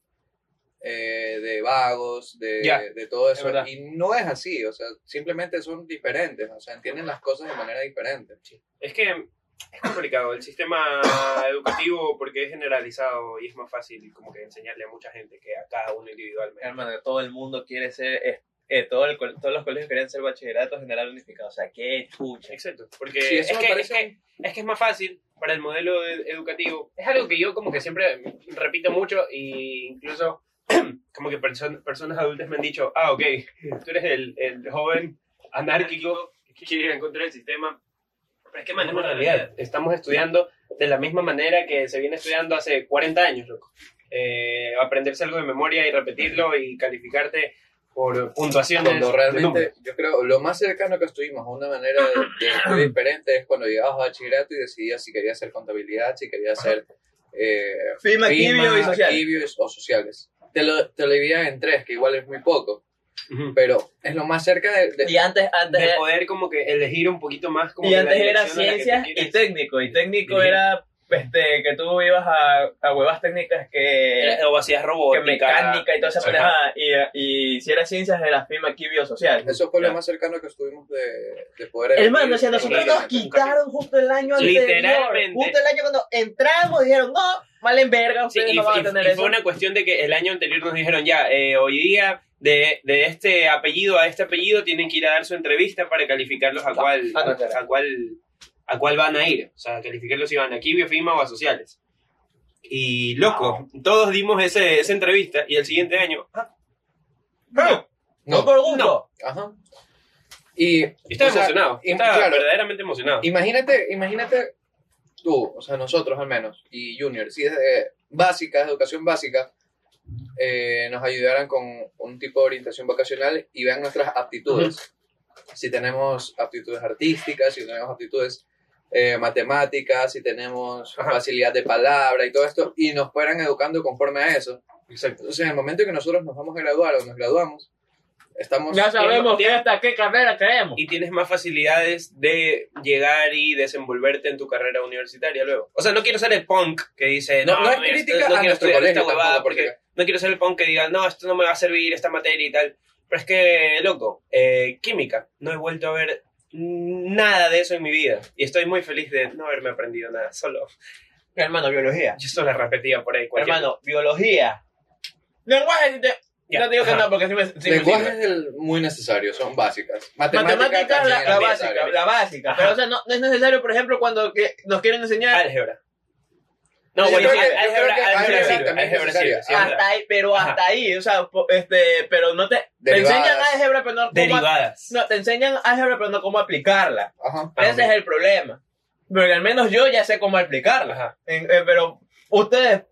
eh, de vagos, de, Ya, de todo eso. verdad. Y no es así, o sea, simplemente son diferentes, o sea, entienden las cosas de manera diferente. Es que es complicado el sistema educativo porque es generalizado y es más fácil como que enseñarle a mucha gente que a cada uno individualmente. Hermano, todo el mundo quiere ser, eh, eh, todo el col- todos los colegios querían ser bachillerato general unificado. O sea, qué chucha. Exacto, porque Sí, es, eso me que, es, parece que, es que es más fácil para el modelo de- educativo. Es algo que yo como que siempre repito mucho y incluso como que perso- personas adultas me han dicho, ah, ok, tú eres el, el joven anárquico que quiere ir en contra del sistema. Pero es que man, es una realidad. Estamos estudiando de la misma manera que se viene estudiando hace 40 años, loco. Eh, aprenderse algo de memoria y repetirlo y calificarte por puntuaciones. Cuando de números. realmente, yo creo, lo más cercano que estuvimos a una manera de, de estudio diferente es cuando llegabas a bachillerato y decidías si querías hacer contabilidad, si querías hacer eh, FIMA, prima, Quibio y social. arquivios o sociales. Te lo, te lo dividían en tres, que igual es muy poco, Ujú. pero es lo más cerca de... de- Y antes, antes, de era- poder como que elegir un poquito más como Este, y que la antes era dirección a la que tú ciencias este y quieres. técnico. Y técnico dirigir. era este, que tú ibas a, a huevas técnicas que, o hacías que robótica mecánica y toda esa Ajá. pendejada. Y, y si era ciencias, era FIMA, aquí biosocial. eso fue Ya. lo más cercano que estuvimos de, de poder... Hermano, o sea, elegir nosotros Literalmente. nos completamente. quitaron justo el año anterior. Literalmente. Justo el año cuando entramos dijeron, no, mal en verga, Sí, ustedes y, no van y- a tener y eso. fue una cuestión de que el año anterior nos dijeron ya eh, hoy día de, de este apellido a este apellido tienen que ir a dar su entrevista para calificarlos a cuál ah, no, espera. a cuál a cuál van a ir o sea calificarlos si van aquí biofima o a sociales y loco todos dimos ese, esa entrevista y el siguiente año ah, No, no No, por gusto. ajá. Y, yo estaba o sea, emocionado y- yo estaba claro, verdaderamente emocionado Imagínate, imagínate tú, o sea, nosotros al menos, y Junior, si es de básica, de educación básica, eh, nos ayudaran con un tipo de orientación vocacional y vean nuestras aptitudes. Si tenemos aptitudes artísticas, si tenemos aptitudes eh, matemáticas, si tenemos Ajá. facilidad de palabra y todo esto, y nos fueran educando conforme a eso. exacto Entonces, en el momento que nosotros nos vamos a graduar o nos graduamos, Estamos. Ya sabemos tiene- que hasta qué carrera creemos. y tienes más facilidades de llegar y desenvolverte en tu carrera universitaria luego. O sea, no quiero ser el punk que dice, No, no, no es esto- crítica no a quiero nuestro estudiar esta colegio huevada tampoco, porque porque no quiero ser el punk que diga, no, esto no me va a servir, esta materia y tal. Pero es que, loco, eh, química, no he vuelto a ver nada de eso en mi vida. Y estoy muy feliz de no haberme aprendido nada, solo. Hermano, biología. Yo solo repetía por ahí. cualquier- Hermano, biología. Lenguaje, si te- Ya. no te digo que Ajá. no, porque sí me, sí me lenguaje sirve. es el- muy necesario, son básicas. Matemáticas, también la, es la necesaria. básica, la básica. Ajá. Pero, o sea, no, no es necesario, por ejemplo, cuando que nos quieren enseñar Ah, álgebra. No, Yo bueno, creo que- al- yo álgebra, creo que álgebra álgebra sirve, también es álgebra sirve, necesaria. sí, es verdad. hasta ahí, pero Ajá. hasta ahí, o sea, po- este, pero no te, te Derivadas. enseñan álgebra, pero no cómo, Derivadas. no, te enseñan álgebra, pero no cómo aplicarla. Ajá. Ah, Ese es el problema. Porque al menos yo ya sé cómo aplicarla. Ajá. En- eh, pero ustedes,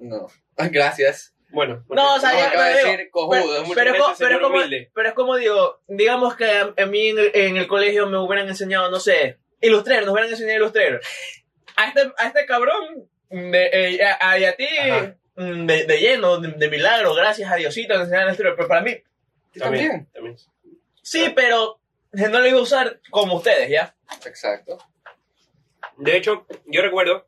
No. Ah, Gracias. Bueno. Ah, no, o sea, No, ya acaba me de digo, decir cojudo. pero, muchas pero es veces, co- pero señor es como, humilde. pero es como digo, digamos que a, a mí en el, en el colegio me hubieran enseñado, no sé, ilustrar, nos hubieran enseñado ilustrar. A este, a este cabrón, de, eh, a, a- y a ti, Ajá. mm, de, de lleno, de, de milagro, gracias a Diosito, nos enseñaron ilustrar. Pero para mí, Yo también. también. sí, pero no lo iba a usar como ustedes, ¿ya? Exacto. De hecho, yo recuerdo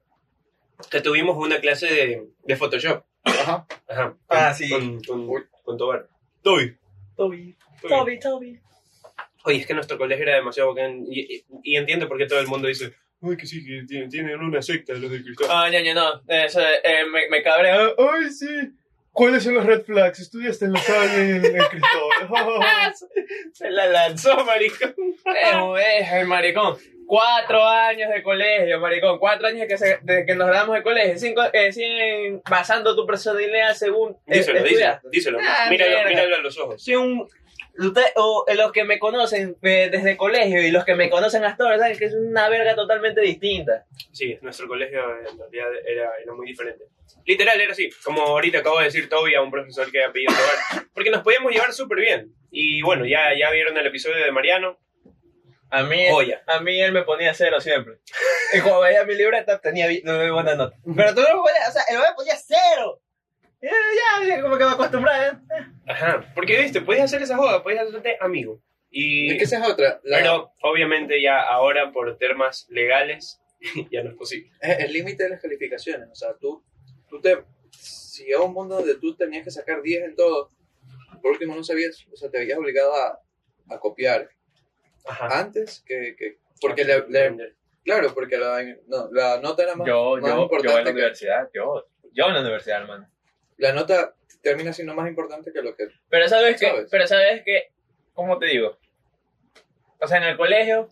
que tuvimos una clase de, de Photoshop. Ajá. Ajá. Ah, sí. Con, con, Uy. con Tobar. Toby. Toby, Toby. Toby, Toby. Oye, es que nuestro colegio era demasiado bacán. Y, y, y entiendo por qué todo el mundo dice, uy, que sí, que tienen, tienen una secta los de cristal. Ah, ñaño, no, eso, eh, me, me cabrea. Ay, sí. ¿Cuáles son los red flags? Estudiaste en los años en Cristóbal. Se la lanzó, maricón. Es el maricón. Cuatro años de colegio, maricón. Cuatro años que se- desde que nos damos de colegio. Cinco, eh, cien, basando tu personalidad según. eh, díselo, díselo, estudiaste. díselo. Ah, míralo, mierda. míralo a los ojos. Sí, un- usted- o, eh, los que me conocen eh, desde colegio y los que me conocen hasta ahora saben que es una verga totalmente distinta. Sí, nuestro colegio en realidad era, era muy diferente. Literal, era así. Como ahorita acabo de decir Toby a un profesor que ha pedido Tobar. Porque nos podíamos llevar súper bien. Y bueno, ya, ya vieron el episodio de Mariano. A mí, Joya. a mí él me ponía cero siempre. Y cuando veía mi libreta tenía vi- no, buena nota. Pero tú no ponías, o sea, el me ponía cero. Y Ya, ya, como que me acostumbré. ¿eh? Ajá. Porque, viste, podías hacer esa joda, podías hacerte amigo. Y... Es que esa es otra. La- Pero obviamente ya ahora por temas legales ya no es posible. es el límite de las calificaciones. O sea, tú, tú te. Si era un mundo donde tú tenías que sacar 10 en todo, por último no sabías. O sea, te veías obligado a, a copiar Ajá. antes que. que- Ah, porque le- le- claro, porque la, no, la nota era más, Yo, más yo, yo en la importante. que, universidad, yo, yo en la universidad, hermano. la nota termina siendo más importante que lo que. Pero sabes que, ¿Sabes? pero sabes que, ¿cómo te digo? O sea, en el colegio.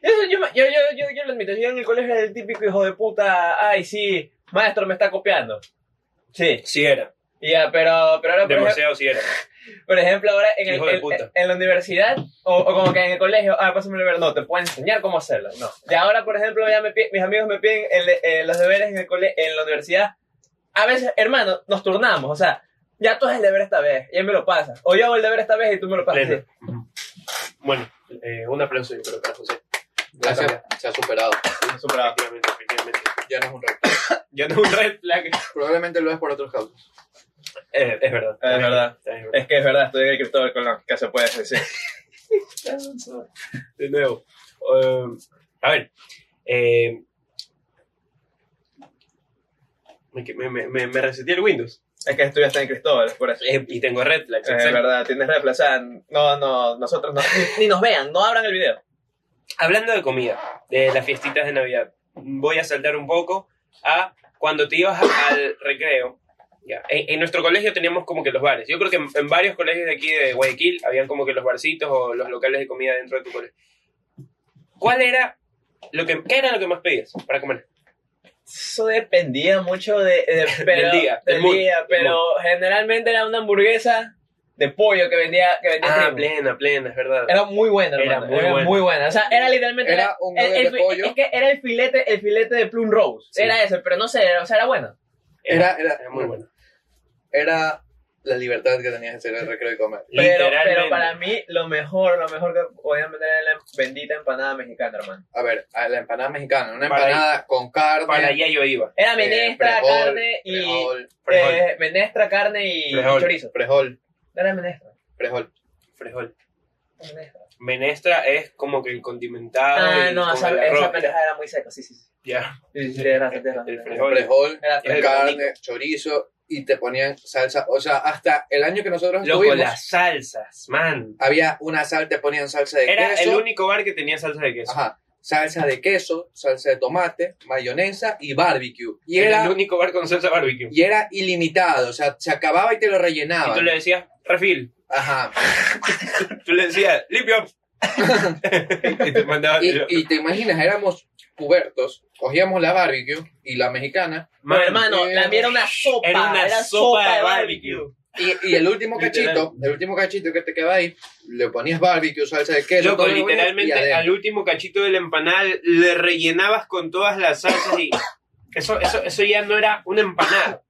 Eso, yo, me- yo, yo, yo, yo lo admito, yo en el colegio era el típico hijo de puta. Ay, sí, maestro me está copiando. Sí, Sí era. y ya, pero, pero Ah, ahora por ejemplo- Demasiado sí era. Por ejemplo, ahora en, el, Hijo de en- puta. en la universidad o, o como que en el colegio, ah, pásame el deber, no, te pueden enseñar cómo hacerlo. No. Y ahora, por ejemplo, ya me pi- mis amigos me piden el de- eh, los deberes en, el cole- en la universidad. A veces, hermano, nos turnamos, o sea, ya tú haces el deber esta vez y él me lo pasa. O yo hago el deber esta vez y tú me lo pasas. Pleno. Ujú. Bueno, eh, un aplauso yo creo para José. Gracias, se ha superado. Sí, superado. Efectivamente, efectivamente. Ya no es un reto. Ya no es un red flag. Probablemente lo es por otros causas. Eh, es verdad. Es verdad. También es Es que es verdad, estoy en el Cristóbal Colón, ¿qué se puede decir? verdad. De nuevo. Um, a ver. eh, me, me, me- me, me reseteé el Windows. Es que estudiaste en Cristóbal, por eso. Eh, y tengo red flags. Es exacto. verdad, tienes reemplazada. No, no, nosotros no. Ni nos vean, no abran el video. Hablando de comida, de las fiestitas de Navidad, voy a saltar un poco a cuando te ibas a- al recreo. Ya, En, en nuestro colegio teníamos como que los bares. Yo creo que en, en varios colegios de aquí de Guayaquil habían como que los barcitos o los locales de comida dentro de tu colegio. ¿Cuál era lo que, qué era lo que más pedías para comer? Eso dependía mucho de, de- pero- Del día, del del mood, día, del pero generalmente era una hamburguesa de pollo que vendía, que vendía Ah, primo. plena, plena, es verdad. Era muy buena, Era hermano. muy buena. O sea, era literalmente Era un el, el nugget de fi- pollo. es que era el filete, el filete de plum rose. Sí. Era ese, pero no sé, era- o sea, era bueno. Era, era, era muy bueno. Era la libertad que tenías de hacer el recreo y comer. Pero, Literalmente. pero para mí lo mejor, lo mejor que podían vender era la bendita empanada mexicana, hermano. A ver, a la empanada mexicana. Una Para empanada con carne. Para allá yo iba. Era eh, menestra, frijol, carne y frijol, eh, menestra, carne y Frejol. chorizo. Frejol, Era menestra. frejol. Menestra es como que el condimentado. Ah, y no, con esa, el arroz. esa pendeja era muy seca, sí, sí. sí. Ya. Sí, sí, tienes razón, tienes El razón. frijol. Frejol, Era frijol. carne, chorizo y te ponían salsa. O sea, hasta el año que nosotros Loco, estuvimos, las salsas, man. había una sal, te ponían salsa de Era queso. el único bar que tenía salsa de queso. Ajá. Salsa de queso, salsa de tomate, mayonesa y barbecue. Y Era era, el único bar con salsa barbecue. y era ilimitado, o sea, se acababa y te lo Y rellenaban. tú le decías, refil. Ajá. Tú le decías, limpio. y te mandaban. Y, y te imaginas, éramos pubertos, cogíamos la barbecue y la mexicana, No, Man, hermano, eh, la mía era una sopa. Era una sopa de barbecue. y, y el último Literal. cachito, el último cachito que te quedaba ahí, le ponías barbecue, salsa de queso, Loco, todo lo bueno, y literalmente adentro. al último cachito del empanal le rellenabas con todas las salsas y eso, eso, eso ya no era una empanada.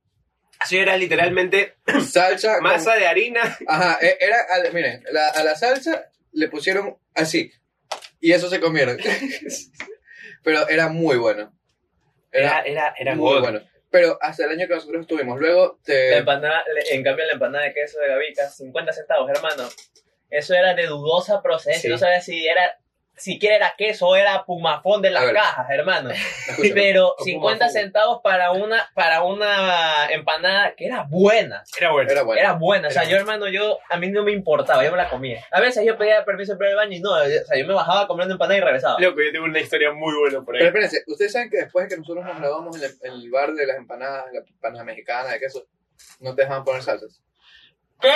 Eso ya era literalmente salsa con- masa de harina. Ajá, e- era, al- miren, la- a la salsa le pusieron así y eso se comieron. Pero era muy bueno. Era, Era, era, era muy God. bueno. Pero hasta el año que nosotros estuvimos. Luego La te... empanada, le- en cambio, la empanada de queso de Gavica, 50 centavos, hermano. Eso era de dudosa procedencia. Sí. No sabía si era, siquiera era queso o era pumafón de A las ver. cajas, hermano. escúchame, Pero O 50 pumafón. centavos para una, para una empanada que era buena. Era bueno. era bueno. Era buena, o sea, Era yo hermano, yo a mí no me importaba, yo me la comía. A veces yo pedía permiso para ir al baño y no, o sea, yo me bajaba comiendo empanada y regresaba. Loco, yo tengo una historia muy buena por Pero ahí. espérense, ustedes saben que después de que nosotros Ah. nos grabamos en el, en el bar de las empanadas, la empanada mexicana, de queso, no te dejaban poner salsas. ¿Qué?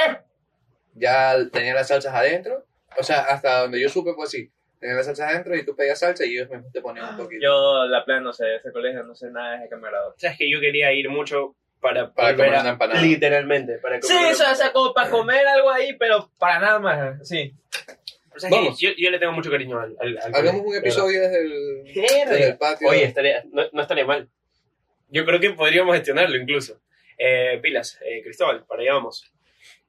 Ya tenían las salsas adentro. O sea, hasta donde yo supe fue así. Tenían las salsas adentro y tú pedías salsa y ellos mismos te ponían Ah. un poquito. Yo la plan no sé, ese colegio no sé nada de ese camarada. Sabes que yo quería ir mucho para, Para volver comer a- una empanada. Literalmente, para Sí, comer una o sea, o sea, empanada. como para comer algo ahí, pero para nada más, sí. Pero sabes que Vamos. Yo, yo le tengo mucho cariño al, al, al Hagamos un colegio, episodio desde el, desde el Verga. patio. Oye, estaría, no, no estaría mal. Yo creo que podríamos gestionarlo incluso. Eh, pilas, eh, Cristóbal, para allá vamos.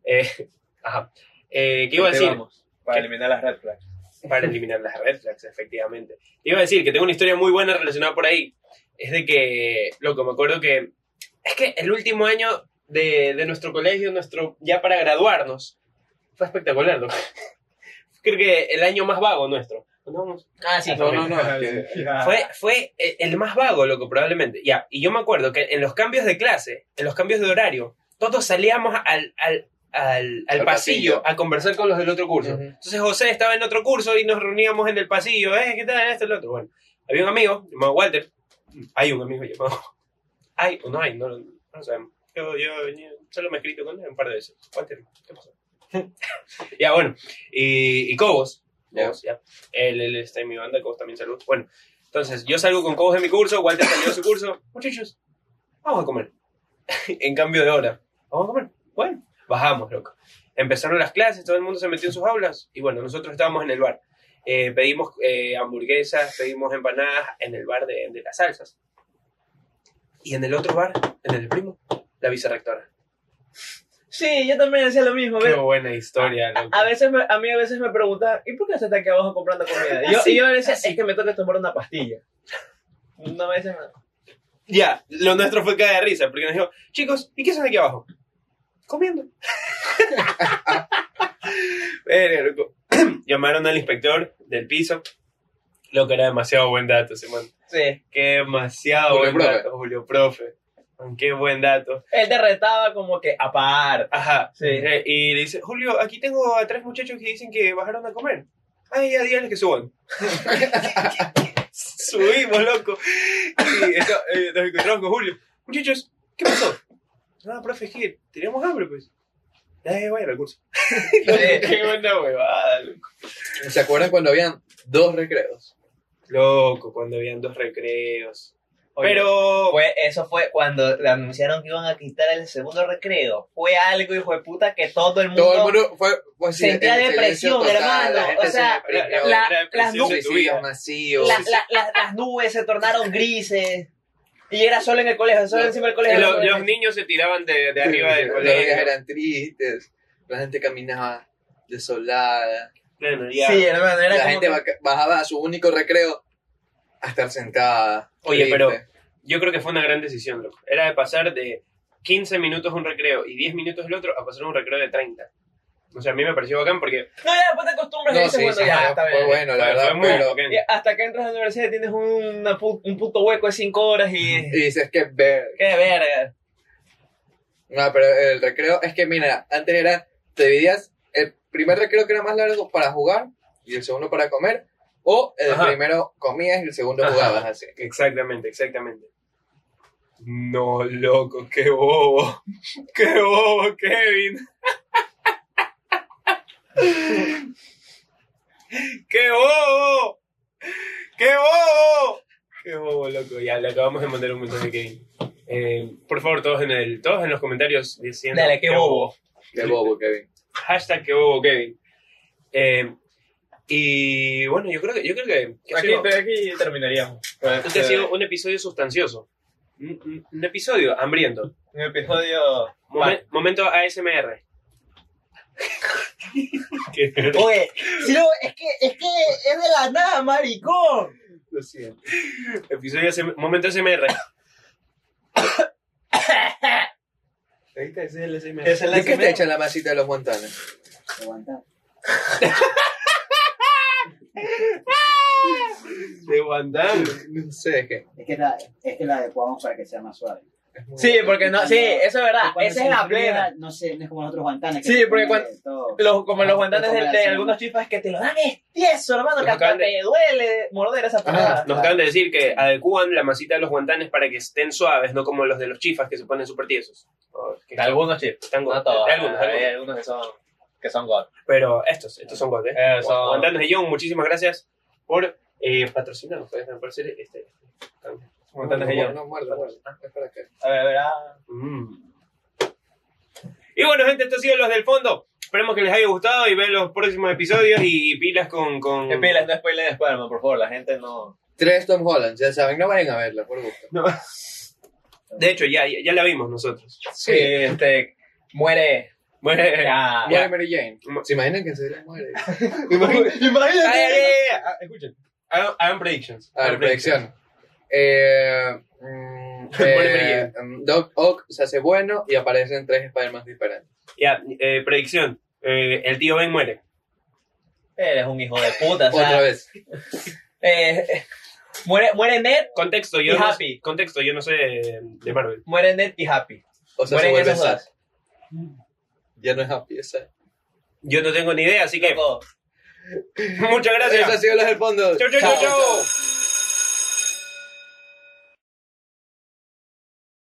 Eh, ajá. Eh, ¿Qué iba a Ahí decir? vamos, Para eliminar las red flags. Para eliminar las red flags, efectivamente. Te iba a decir que tengo una historia muy buena relacionada por ahí. Es de que, loco, me acuerdo que... Es que el último año de, de nuestro colegio, nuestro ya para graduarnos, fue espectacular, loco. Creo que el año más vago nuestro. ¿Cuándo vamos? Ah, sí. No, no, no, es que- Fue, fue el el más vago, loco, probablemente. Ya, y yo me acuerdo que en los cambios de clase, en los cambios de horario, todos salíamos al, al, al, al Al pasillo pasillo. a conversar con los del otro curso. Ujú. Entonces José estaba en otro curso y nos reuníamos en el pasillo. ¿Eh? ¿Qué tal? Esto, lo otro. Bueno, había un amigo llamado Walter. Hay un amigo llamado. Hay o no hay, no, no lo sabemos. Yo, yo ni- solo me he escrito con él un par de veces. Walter, ¿qué pasó? ya, bueno. Y, y Cobos. Ya. Cobos, ya. Él, él está en mi banda, Cobos también saludos. Bueno, entonces, yo salgo con Cobos de mi curso, Walter salió de su curso. Muchachos, vamos a comer. en cambio de hora. Vamos a comer. Bueno, bajamos, loco. Empezaron las clases, todo el mundo se metió en sus aulas. Y bueno, nosotros estábamos en el bar. Eh, pedimos eh, hamburguesas, pedimos empanadas en el bar de, de las salsas. Y en el otro bar, en el primo, la vicerrectora. Sí, yo también decía lo mismo. Qué ¿ves? buena historia, loco. A veces me- a mí a veces me preguntan, ¿y por qué estás aquí abajo comprando comida? Y yo, y yo a veces, es que me toca tomar una pastilla. No me dicen nada. Ya, lo nuestro fue caer de risa, porque nos dijo, chicos, ¿y qué hacen aquí abajo? Comiendo. Verga, Eh, loco. Llamaron al inspector del piso. Loco, era demasiado buen dato, Simón. Sí. Qué demasiado Julio buen Profe. dato, Julio Profe. Qué buen dato. Él te retaba como que aparte. Ajá. Sí. Eh, Y le dice, Julio, aquí tengo a tres muchachos que dicen que bajaron a comer. Ay, ya díganles que suban. Subimos, loco. Y está- eh, nos encontramos con Julio. Muchachos, ¿qué pasó? Nada, profe, es que teníamos hambre, pues. Ay, vaya al curso. Qué buena huevada, loco. ¿Se acuerdan cuando habían dos recreos? Loco, cuando habían dos recreos. Oye, Pero... Fue, eso fue cuando le anunciaron que iban a quitar el segundo recreo. Fue algo, hijo de puta, que todo el mundo. Todo el mundo fue, fue así, Sentía en silencio depresión, hermano, la gente o sea, se deprimió, la- las depresión de tu suicidios vida. masivos. la- la- la- las nubes se tornaron grises. Y era solo en el colegio, solo Lo- encima del colegio. Los, Solo los en- niños se tiraban de, de arriba del Los días colegio. eran tristes, la gente caminaba desolada, Bueno, ya. Sí, hermano, era la como gente que- baca- bajaba a su único recreo a estar sentada. Oye, triste. pero- Yo creo que fue una gran decisión, loco. Era de pasar de 15 minutos un recreo y 10 minutos el otro a pasar un recreo de 30. O sea, a mí me pareció bacán porque No, ya después te acostumbras y No, dices, sí, bueno, sí, ya, ajá, está fue bien. bueno, la fue- fue verdad, muy pero... bacán. Y hasta que entras a la universidad tienes una pu- un puto hueco de 5 horas y... Y dices que ver... ¡Qué verga! No, pero el recreo es que, mira, antes era, te dividías, el primer recreo que era más largo para jugar y el segundo para comer, o el Ajá. primero comías y el segundo Ajá. jugabas así. Exactamente, exactamente. No, loco, qué bobo. Qué bobo, Kevin. ¡Qué bobo! ¡Qué bobo! ¡Qué bobo, loco! Ya le acabamos de mandar un mensaje a Kevin. Eh, por favor, todos en, el, todos en los comentarios diciendo. Dale, qué bobo. Qué bobo, Kevin. Hashtag qué bobo, Kevin. Eh, y bueno, yo creo que, yo creo que, que ha Aquí, sido- aquí terminaríamos. Pues, este ha sido un episodio sustancioso. Un, un- un episodio hambriento. un episodio... Momen- momento ASMR. Oye, si no, es que, es que es de la nada, maricón. Lo siento. episodio ASMR momento ASMR. Ahorita ese es el ASMR. Esa es la ¿De qué que me- te echan la masita de los montanes? De Guantánamo. No sé, es que... Es que la, es que la adecuamos para que sea más suave. es muy- Sí, porque no, sí, eso es verdad. Cuando Ah, Esa se es la enfría, plena. No sé, no es como los otros guantanes. que Sí, se porque pone cuando- todo. Los, como los Ah, guantanes de, pero de sí. algunos chifas que te lo dan es tieso, hermano, que Nos hasta acaban de- te duele morder esa Ajá. parada. Nos acaban de decir que adecúan la masita de los guantanes para que estén suaves, no como los de los chifas que se ponen súper tiesos. O que Algunos chifas, están go- no todos. de algunos, de hay algunos. algunos que son, que son god. Pero estos, estos son goles. Eh, son- Guantanes de Young, muchísimas gracias por eh, patrocinarnos. Puedes aparecer este. este. No, Guantanes de no, Young. No, muerdo, muerdo. Es para que... A ver, a ver. ah. Mm. Y bueno, gente, esto ha sido los del fondo. Esperemos que les haya gustado y vean los próximos episodios y, pilas con. Mm. con... Eh, pilas, no spoilen Spider-Man, por favor, la gente no. Tres Tom Hollands, ya saben, no vayan a verla, por gusto. No. De hecho, ya, ya, ya la vimos nosotros. Sí. Eh, este, muere. Ah, Bueno, Ya. Muere Mary Jane. Mu- ¿Se imaginan que se le muere? ay, ay, Imagínate. ay, ay, ah, Escuchen. Hagan hagan predictions. A ver, Hagan predictions. predicción. Eh, mm, Muere eh, mm, Doc Ock se hace bueno y aparecen tres Spider-Man diferentes. Ya, eh, predicción. Eh, el tío Ben muere. Eres un hijo de puta, o sea, Otra vez. eh, eh, muere, muere Ned, Contexto, yo Y no, Happy. Contexto, yo no sé de de Marvel. muere Ned y Happy. O sea, se Mueren vuelve esas sad. dos. Ya no es happy, es sad. Yo no tengo ni idea, así que Loco. muchas Eso ha gracias. sido los del fondo. Chau, chau, chau, chau. Chao.